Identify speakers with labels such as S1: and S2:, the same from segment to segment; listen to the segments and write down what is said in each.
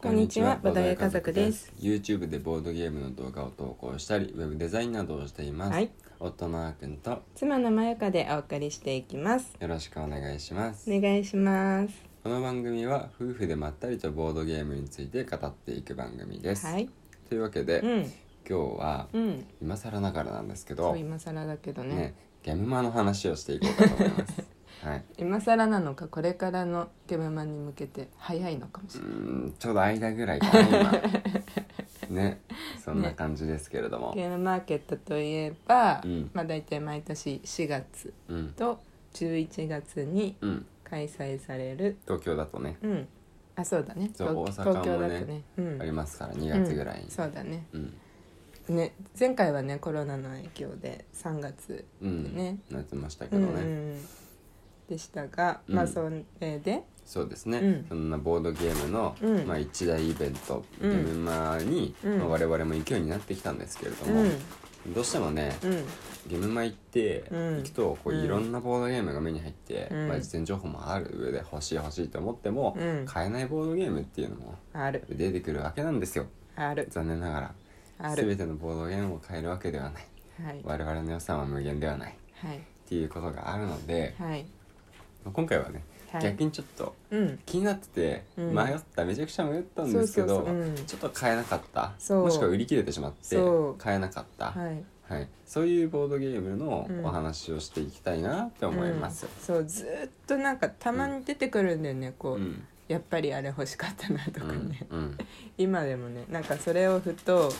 S1: こんにちはボドゲ家族です
S2: YouTube でボードゲームの動画を投稿したりウェブデザインなどをしています、
S1: はい
S2: 夫のあーくんと
S1: 妻のまゆかでお送りしていきます
S2: よろしくお願いします、
S1: お願いします
S2: この番組は夫婦でまったりとボードゲームについて語っていく番組です、
S1: はい
S2: というわけで、
S1: うん
S2: 今日は
S1: うん
S2: 今更ながらなんですけど
S1: そう今更だけどね
S2: ねゲームマの話をしていこうかと思います はい
S1: 今更なのかこれからのゲームマンに向けて早いのかもし
S2: う
S1: れない、
S2: んちょうど間ぐらいかな 今ねそんな感じですけれども、
S1: ゲームマーケットといえば、
S2: うん
S1: まあ大体毎年4月
S2: うん
S1: と11月に
S2: うん
S1: 開催される
S2: 東京だとね
S1: うんあそうだね
S2: そう
S1: 東
S2: 大阪もね
S1: 東京だとねうん
S2: ありますから2月ぐらいに、
S1: うんそうだね
S2: うん
S1: ね前回はねコロナの影響で3月
S2: うん、
S1: ね
S2: なってましたけどね、
S1: うんうんうんでしたが、
S2: うん
S1: まあそれで
S2: そうですね、
S1: うん
S2: そんなボードゲームの、
S1: うん
S2: まあ、一大イベント、
S1: うん
S2: ゲームマに、
S1: うん
S2: まあ、我々も行くようになってきたんですけれど
S1: う
S2: も、
S1: ん
S2: どうしてもね
S1: うん
S2: ゲームマ行って、
S1: うん
S2: 行くとこう
S1: うん
S2: いろんなボードゲームが目に入って、
S1: うん
S2: まあ、事前情報もある上で欲しい欲しいと思っても、
S1: うん
S2: 買えないボードゲームっていうのも
S1: ある
S2: 出てくるわけなんですよ
S1: ある
S2: 残念なが
S1: あ
S2: ら全
S1: る
S2: てのボードゲームを買えるわけではない
S1: はい
S2: 我々の予算は無限ではないっ
S1: はい
S2: ていうことがあるので、
S1: はい
S2: まあ今回はね、
S1: はい
S2: 逆にちょっと
S1: うん
S2: 気になってて
S1: うん
S2: 迷った、めちゃくちゃ迷ったんですけど
S1: そうそうそううん
S2: ちょっと買えなかった
S1: そう
S2: もしくは売り切れてしまって
S1: そう
S2: 買えなかった、はい
S1: はい
S2: そういうボードゲームの
S1: うん
S2: お話をしていきたいなって思います
S1: うん、そうずーっとなんかたまに出てくるんだよねこ
S2: う
S1: う、
S2: んうん
S1: やっぱりあれ欲しかったなとかね、
S2: うん
S1: 今でもねなんかそれをふと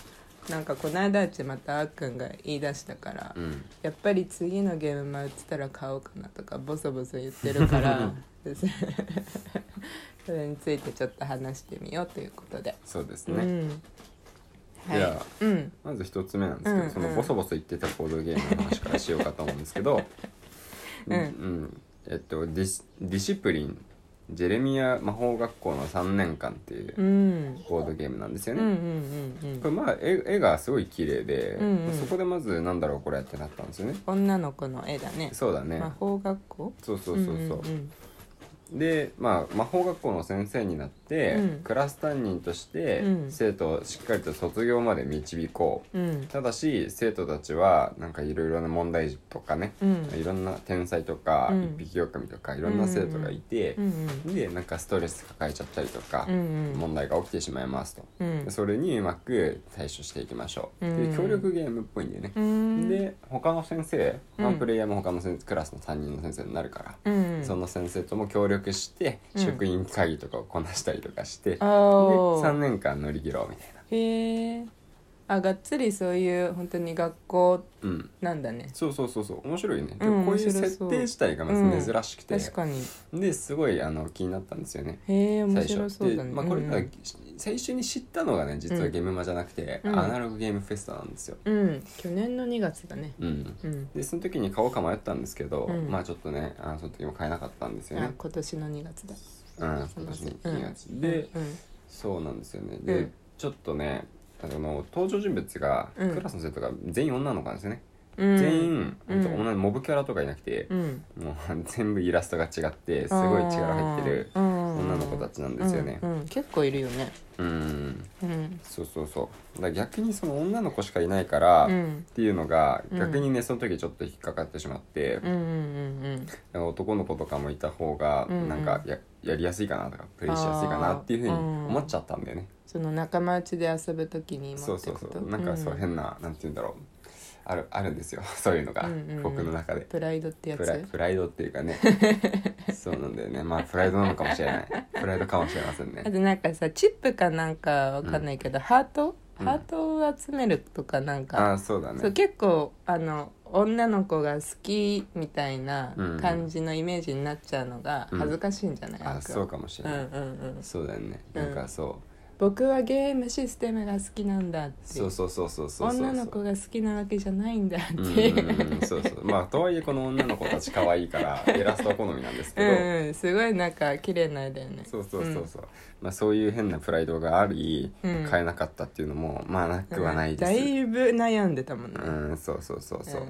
S1: なんかこの間うちまたあっくんが言い出したから、
S2: うん
S1: やっぱり次のゲームマ売ってたら買おうかなとかボソボソ言ってるからです それについてちょっと話してみようということで、
S2: そうです
S1: う
S2: ね、
S1: んはい
S2: じゃあ
S1: うん
S2: まず一つ目なんですけど、
S1: うん
S2: そのボソボソ言ってたボードゲームの話からしようかと思うんですけど、
S1: うん
S2: んえっとディシ「ディシプリンジェレミア魔法学校の3年間」っていううんボードゲームなんですよ
S1: うんうん
S2: ね、
S1: うん
S2: こ
S1: う
S2: れ
S1: ん
S2: まあ絵絵がすごい綺麗で、
S1: うんうん
S2: そこでまずなんだろうこれってなったんですよね
S1: 女の子の絵だね
S2: そうだね、
S1: 魔法学校
S2: そうそうそうそう、
S1: ん
S2: でまあ魔法学校の先生になって、
S1: うん
S2: クラス担任として
S1: うん
S2: 生徒をしっかりと卒業まで導こう
S1: うんうん
S2: ただし生徒たちはなんかいろいろな問題児とかね、
S1: うん
S2: いろんな天才とか、
S1: うん
S2: 一匹狼とかいろんな生徒がいて
S1: う、ん
S2: でなんかストレス抱えちゃったりとか
S1: うんう、ん
S2: 問題が起きてしまいますと、
S1: うん
S2: それにうまく対処していきましょう、っていう
S1: うん
S2: 協力ゲームっぽいんでね、
S1: うん
S2: で他の先生、
S1: うん
S2: ワンプレイヤーも他の先生クラスの担任の先生になるから、
S1: うん
S2: その先生とも協力して、
S1: うん
S2: 職員会議とかをこなしたりとかして、
S1: あ
S2: で
S1: ー
S2: 3年間乗り切ろうみたいな
S1: へえあがっつりそういう本当に学校
S2: うん
S1: なんだね
S2: そうそうそうそう面白いね、
S1: ん
S2: でもこういう
S1: 面白そう
S2: 設定自体がまず珍しくて、
S1: 確かに
S2: ですごいあの気になったんですよね
S1: へえ面
S2: 最
S1: 白
S2: 初
S1: そうだ
S2: で、
S1: ね
S2: まあ、これ、
S1: うん
S2: あ最初に知ったのがね実はゲームマじゃなくて、
S1: うん
S2: アナログゲームフェスタなんですよ、
S1: うん去年の2月だね
S2: うん、
S1: うん
S2: でその時に買おうか迷ったんですけど、
S1: うん
S2: まあちょっとねあのその時も買えなかったんですよ
S1: あ
S2: ね
S1: 今年の2月だ
S2: うん
S1: すい
S2: 今
S1: ま
S2: 年
S1: せん
S2: の2月、
S1: うん
S2: で、
S1: うん
S2: そうなんですよね
S1: う
S2: で、
S1: ん
S2: ちょっとねあの登場人物が、
S1: うん
S2: クラスの生徒が全員女の子なんですよね、
S1: うん
S2: 全員、
S1: うん
S2: ほんと同じモブキャラとかいなくて
S1: う、ん
S2: もう全部イラストが違ってすごい力入ってる女
S1: 女
S2: の子たちなんですよね
S1: うんうん結構いるよね
S2: うん
S1: うん
S2: そうそうそうだから逆にその女の子しかいないから、
S1: う
S2: っ
S1: ん
S2: ていうのが
S1: うん
S2: 逆にねその時ちょっと引っかかってしまって、
S1: うんうん
S2: 男の子とかもいた方が
S1: うん
S2: なんかややりやすいかなとかプレイしやすいかなっていうふうに
S1: あー
S2: 思っちゃったんだよね、
S1: その仲間内で遊ぶときにも
S2: そう
S1: って
S2: そう
S1: こ
S2: そ
S1: と
S2: うなんかそう、変ななんて言うんだろうあるあるんですよ そういうのが、
S1: うんうんうん
S2: 僕の中で
S1: プライドってや
S2: プライ
S1: つ
S2: プライドっていうか ねそうなんだよねまあプライドなのかもしれないプライドかもしれません
S1: あ
S2: ね
S1: となんかさチップかなんかわかんないけどハートハートを集めるとかなんか
S2: ああそうだ
S1: そう
S2: ね
S1: 結構あの女の子が好きみたいな感じのイメージになっちゃうのが
S2: うん
S1: 恥ずかしいんじゃない、
S2: ああ
S1: 僕は
S2: そうかもしれない、
S1: うんうんうん
S2: そうだよね
S1: うん
S2: なんかそう、
S1: 僕はゲームシステムが好きなんだって
S2: そうそうそうそうそうそう
S1: 女の子が好きなわけじゃないんだ
S2: う
S1: っ
S2: んう
S1: て
S2: んうんそうそうまあとはいえこの女の子たち可愛 いからイラストは好みなんです
S1: う
S2: けど、
S1: ん、 うん、すごいなんか綺麗な絵だよね
S2: そうそうそうそう、まあそういう変なプライドがあり、
S1: うん
S2: 買えなかったっていうのもまあなくはないです
S1: だいぶ悩んでたもんね、
S2: うん、そうそうそうそうう。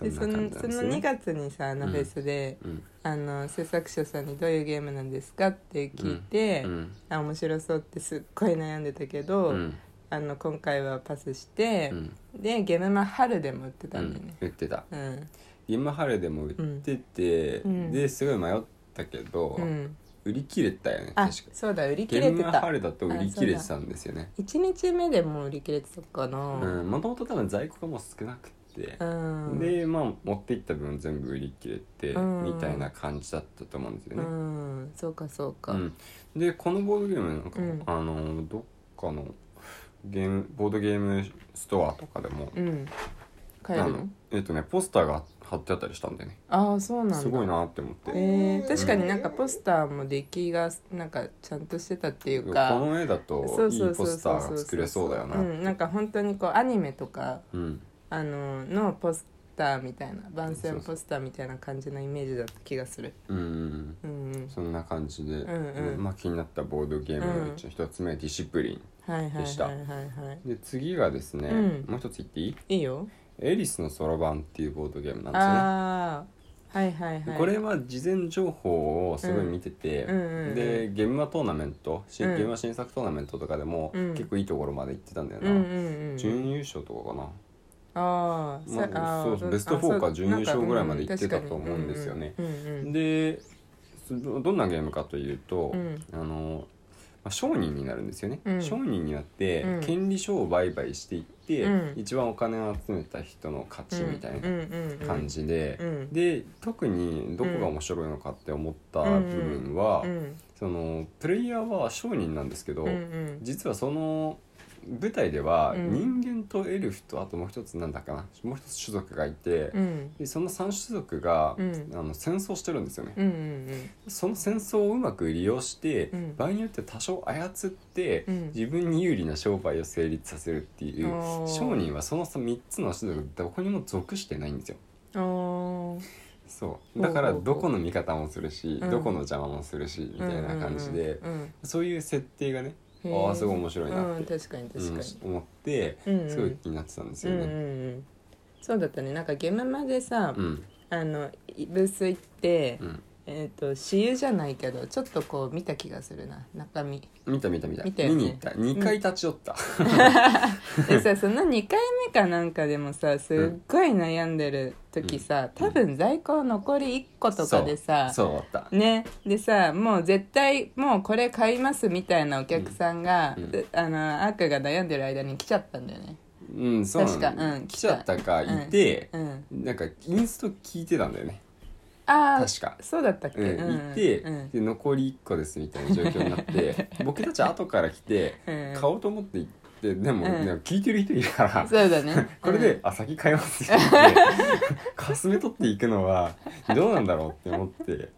S1: でそ
S2: んな
S1: の
S2: 感じなん
S1: そ
S2: です
S1: の
S2: よね
S1: 2月にさあのフェスで、
S2: うん
S1: あの制作者さんに「どういうゲームなんですか?」って聞いて、
S2: うん
S1: あ面白そうってすっごい悩んでたけど、
S2: うん
S1: あの今回はパスして
S2: う、ん
S1: でゲームマ春でも売って
S2: う
S1: たんだよ
S2: ん
S1: ね
S2: 売ってた
S1: うん
S2: 今春でも売ってて、
S1: うん
S2: ですごい迷ったけど、
S1: うん、
S2: 売り切れたよね
S1: あ
S2: 確か
S1: そうだ売り切れ
S2: 現
S1: て
S2: 場
S1: た
S2: 春だと売り切れてたんですよね
S1: 1日目でもう売り切れてたかな
S2: うんもともと多分在庫がもう少なくて、
S1: うん
S2: でまあ持っていった分全部売り切れて、
S1: うん
S2: みたいな感じだったと思うんですよ
S1: う
S2: ね、
S1: んそうかそうか、
S2: うんでこのボードゲームなんか、
S1: うん
S2: あのどっかのゲームボードゲームストアとかでも、
S1: うん帰る
S2: あの
S1: の
S2: えっ、とねポスターが貼ってあったりしたんだよね
S1: ああそうなんだ
S2: すごいなって思って、
S1: えー、確かになんかポスターも出来がなんかちゃんとしてたっていう
S2: こ
S1: か
S2: の絵だと
S1: そう
S2: い
S1: そ
S2: いう
S1: そ
S2: ポ
S1: う
S2: ス
S1: そ
S2: タ
S1: う
S2: ーが作れそうだよな
S1: うん、なんか本当にこうアニメとか
S2: うん
S1: あののポスターみたいな番
S2: そ
S1: 宣
S2: うそ
S1: ポスターみたいな感じのイメージだった気がする
S2: うんうん
S1: うんうん
S2: そんな感じで、
S1: んうん
S2: まあ、気になったボードゲームのうちの一つ目はディシプリン、
S1: はいはい
S2: でした
S1: はいはいはい
S2: で次がですね、
S1: うん
S2: もう一つ言っていい
S1: いいよ
S2: エリスのそろばんっていうボードゲームなんですよね
S1: ああはいはいはい
S2: これは事前情報をすごい見てて、
S1: うんうんうん
S2: でゲームはトーナメント、し
S1: うん
S2: ゲームは新作トーナメントとかでも、
S1: うん
S2: 結構いいところまで行ってたんだよ
S1: う
S2: な、
S1: んうんうん
S2: 準優勝とかかな、
S1: あーさ
S2: まあ
S1: あ
S2: そう
S1: ー
S2: そう
S1: ど
S2: ベストフォーか
S1: あそう
S2: 準優勝ぐらいまで行ってた
S1: なんか
S2: と思うんですよね
S1: うんうん
S2: でそどんなゲームかというと、
S1: うん
S2: あのまあ商人になるんですよね、
S1: うん
S2: 商人になって、
S1: うん
S2: 権利書を売買していって、
S1: うん
S2: 一番お金を集めた人の勝ちみたいな
S1: な
S2: 感じで、
S1: うん
S2: で特にどこが面白いのかって思った部分は、
S1: うん
S2: そのプレイヤーは商人なんですけど、
S1: うんうん
S2: 実はその舞台では
S1: うん
S2: 人間とエルフとあともう一つなんだかなもう一つ種族がいて、
S1: うん
S2: でその3種族が、
S1: うん
S2: あの戦争してるんですよね。
S1: うんうん
S2: その戦争をうまく利用して、
S1: うん
S2: 場合によっては多少操って、
S1: うん
S2: 自分に有利な商売を成立させるっていう
S1: おー
S2: 商人はその3つの種族どこにも属してないんですよ
S1: うんあ
S2: そう
S1: ほう
S2: だから
S1: ほうほう
S2: どこの味方もするし、
S1: うん
S2: どこの邪魔もするしみた
S1: ー
S2: いな感じで、
S1: うんうん
S2: そういう設定がね、
S1: うんへー
S2: ああすごい面白いな
S1: う
S2: って
S1: ん確かに確かに
S2: うん思って
S1: うんうん
S2: すごい気になってたんです
S1: う
S2: よ
S1: んうん
S2: ね。
S1: うんそうだったねなんかゲームまでさ
S2: うん
S1: あのいブース行って
S2: うん
S1: えっと私有じゃないけどちょっとこう見た気がするな中身
S2: 見た見た見た
S1: 見たよね
S2: 見に行った2回立ち寄った、
S1: で さその2回目かなんかでもさすっごい悩んでる時さ、多分在庫残り1個とかでさ
S2: そうだった
S1: ねでさもう絶対もうこれ買いますみたいなお客さんが、
S2: うん
S1: であのアークが悩んでる間に来ちゃったんだよね
S2: うんそうな
S1: 確
S2: の
S1: かうん
S2: 来ちゃったか
S1: うん
S2: いて、
S1: うん
S2: なんかインスト聞いてたんだよね
S1: ああ
S2: 確か。
S1: そうだったっけ、
S2: うん、
S1: うん
S2: 行って、
S1: うん
S2: で残り1個ですみたいな状況になって 僕たち後から来て、
S1: うん
S2: 買おうと思って行ってでも、
S1: うん
S2: なんか聞いてる人いるから
S1: そうだね
S2: これで、
S1: うん
S2: あ先買いますって言って かすめ取っていくのはどうなんだろうって思って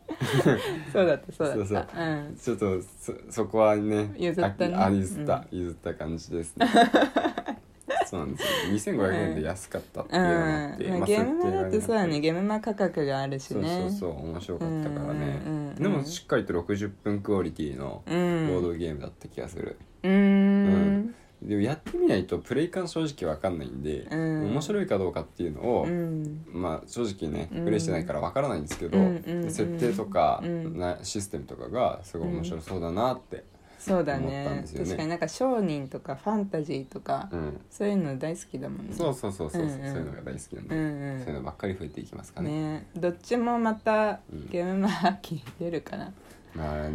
S1: そうだったそうだった
S2: そう
S1: う、ん、
S2: ちょっとそそこはね
S1: 譲ったね
S2: ああ譲った、譲った感じです ねそうなんですよ2500円で安かったっていうのがあって、
S1: うんまあ、
S2: まあ
S1: ゲームマだと
S2: 設定が
S1: さ
S2: ね
S1: ねゲームマ価格があるし
S2: そう
S1: ね
S2: そうそう面白かったからね、
S1: うんうんうん
S2: でもしっかりと60分クオリティの
S1: う
S2: ボ
S1: ん
S2: ードゲームだった気がする、
S1: うーん
S2: うんでもやってみないとプレイ感正直わかんないんで、
S1: うん
S2: 面白いかどうかっていうのを、
S1: うん
S2: まあ正直ね
S1: うん
S2: プレイしてないからわからないんですけど、
S1: うんうんうん
S2: 設定とか、
S1: うん
S2: なシステムとかがすごい面白そうだなって、
S1: そうだ
S2: 思ったん
S1: ね
S2: ですよね
S1: 確かになんか商人とかファンタジーとか、
S2: うん
S1: そういうの大好きだもんね
S2: そうそうそうそう、
S1: うんうん
S2: そういうのが大好きなんで、
S1: うん
S2: そういうのばっかり増えていきますか
S1: うん
S2: ね
S1: ねどっちもまた
S2: うん
S1: ゲームマーキー出るかな、
S2: まあ、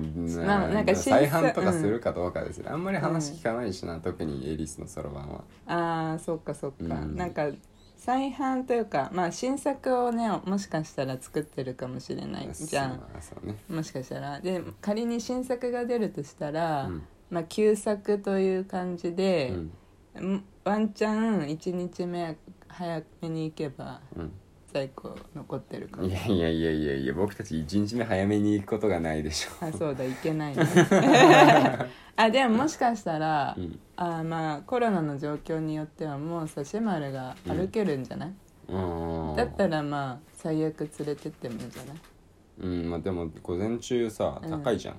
S1: まあなんか新作
S2: 再販とかするかどうかですね、あんまり話聞かないしな、特にエリスのそろばんは
S1: あーそっかそっか、
S2: うん
S1: なんか再販というかまあ新作をねもしかしたら作ってるかもしれないじゃん
S2: そうそうね
S1: もしかしたらで仮に新作が出るとしたら、
S2: うん
S1: まあ旧作という感じで
S2: う、ん
S1: んワンチャン1日目早めに行けば
S2: う
S1: 在庫残ってるかも
S2: ん、いやいやいやいやいや僕たち1日目早めに行くことがないでしょ
S1: あそうだいけ ないねあでももしかしたら、
S2: うん
S1: あまあコロナの状況によってはもうさシェマルが歩けるんじゃない、
S2: うーん
S1: だったらまあ最悪連れてってもいいんじゃない
S2: うんまあでも午前中さ
S1: うん
S2: 高いじゃん、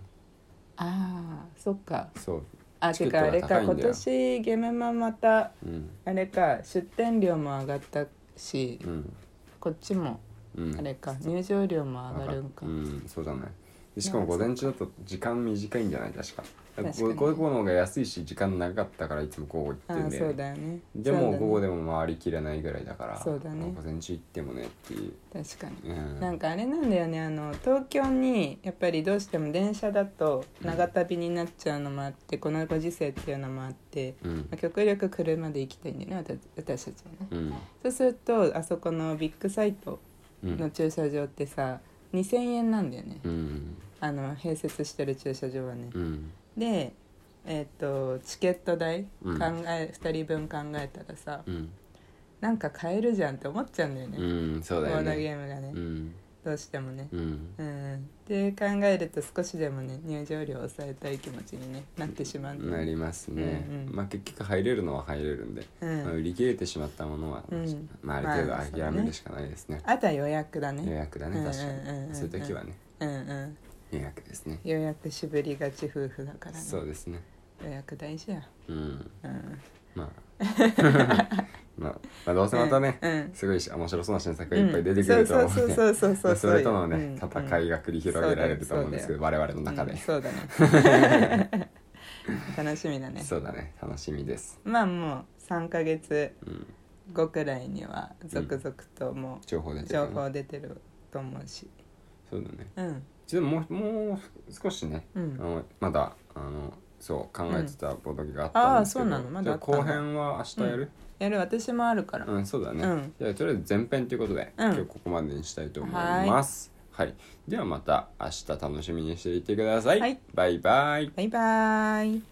S1: あーそっか
S2: そう
S1: あ
S2: チケ
S1: てか
S2: ットが
S1: あれ
S2: 高
S1: か
S2: いんだよ
S1: 今年ゲメマまた
S2: うん
S1: あれか出店料も上がったし、
S2: うん
S1: こっちも
S2: うん
S1: あれか入場料も上がるんか
S2: うんそうじゃないでしかも午前中だと時間短いんじゃない確か
S1: 確かに
S2: 午後の方が安いし時間長かったからいつも午後行って
S1: あ
S2: ん
S1: あ
S2: だ
S1: そ
S2: よ
S1: う
S2: ね
S1: だよね
S2: でも午後
S1: で
S2: でも回りきれないぐらいだから
S1: そうだね
S2: 午前中行ってもねっていう、
S1: 確かに
S2: うん、
S1: なんかあれなんだよねあの東京にやっぱりどうしても電車だと長旅になっちゃうのもあって、このご時世っていうのもあって、
S2: うん
S1: まあ、極力車で行きたいんだよね私私たちはね
S2: うん
S1: そうするとあそこのビッグサイト
S2: う
S1: の
S2: ん
S1: 駐車場ってさ2000円なんだよね、
S2: うん
S1: あの併設してる駐車場はね、
S2: うん
S1: でえっ、とチケット代考え、
S2: うん
S1: 2人分考えたらさ
S2: うん
S1: なんか買えるじゃんって思っちゃうんだよね、
S2: うんそう
S1: ボ
S2: だ
S1: ー
S2: よ
S1: ドゲ
S2: ね
S1: ームがね、
S2: うん
S1: どうしてもね
S2: うん
S1: うん、で考えると少しでもね入場料を抑えたい気持ちに、ね、なってしまうんだ
S2: な
S1: よね
S2: りますね、
S1: うんうん
S2: まあ結局入れるのは入れるんで、
S1: う
S2: まあ
S1: ん、
S2: 売り切れてしまったものは、
S1: うん
S2: まあ、ある
S1: まあ
S2: 程度諦めるしかないですね,、
S1: あとは予約だ
S2: 予
S1: ね、
S2: 約だね確かに、
S1: うんうんうんうん
S2: そういう時はね
S1: うんうん、
S2: 予約ですね
S1: 予約しぶりがち夫婦だからね
S2: そうですね
S1: 予約大事や、
S2: うん
S1: うん、
S2: まあまあ、まあ、どうせまたね、
S1: うん
S2: すごいし面白そうな新作
S1: う
S2: が
S1: ん、
S2: いっぱい出てくると思
S1: そううん
S2: で
S1: そうそうそう
S2: ま
S1: そ
S2: あ
S1: う
S2: それとのね、
S1: うん
S2: 戦いが繰り広げられると思うんですけど、我々の中で、
S1: うんそうだね 楽しみだね
S2: そうだね楽しみです、
S1: まあもう3ヶ月
S2: うん、
S1: 後くらいには続々とも
S2: 情報出
S1: う
S2: てる
S1: 情
S2: ね
S1: 報出てると思うし
S2: そうだね
S1: うん
S2: ちょっともうもう少しね
S1: う
S2: あ
S1: ん
S2: のまだあのそう考えてたボドゲが
S1: うん
S2: あっ
S1: あ
S2: た
S1: あ
S2: んですけど、
S1: そうなのまだ
S2: じゃ
S1: あ
S2: あ
S1: ったんだ
S2: 後編は明日やる
S1: やる私もあるから
S2: うん、そうだね、
S1: うん
S2: じゃあとりあえず前編ということで、
S1: うん
S2: 今日ここまでにしたいと思いますはいではまた明日楽しみにしていてください、
S1: はい
S2: バイバイ
S1: バイバーイ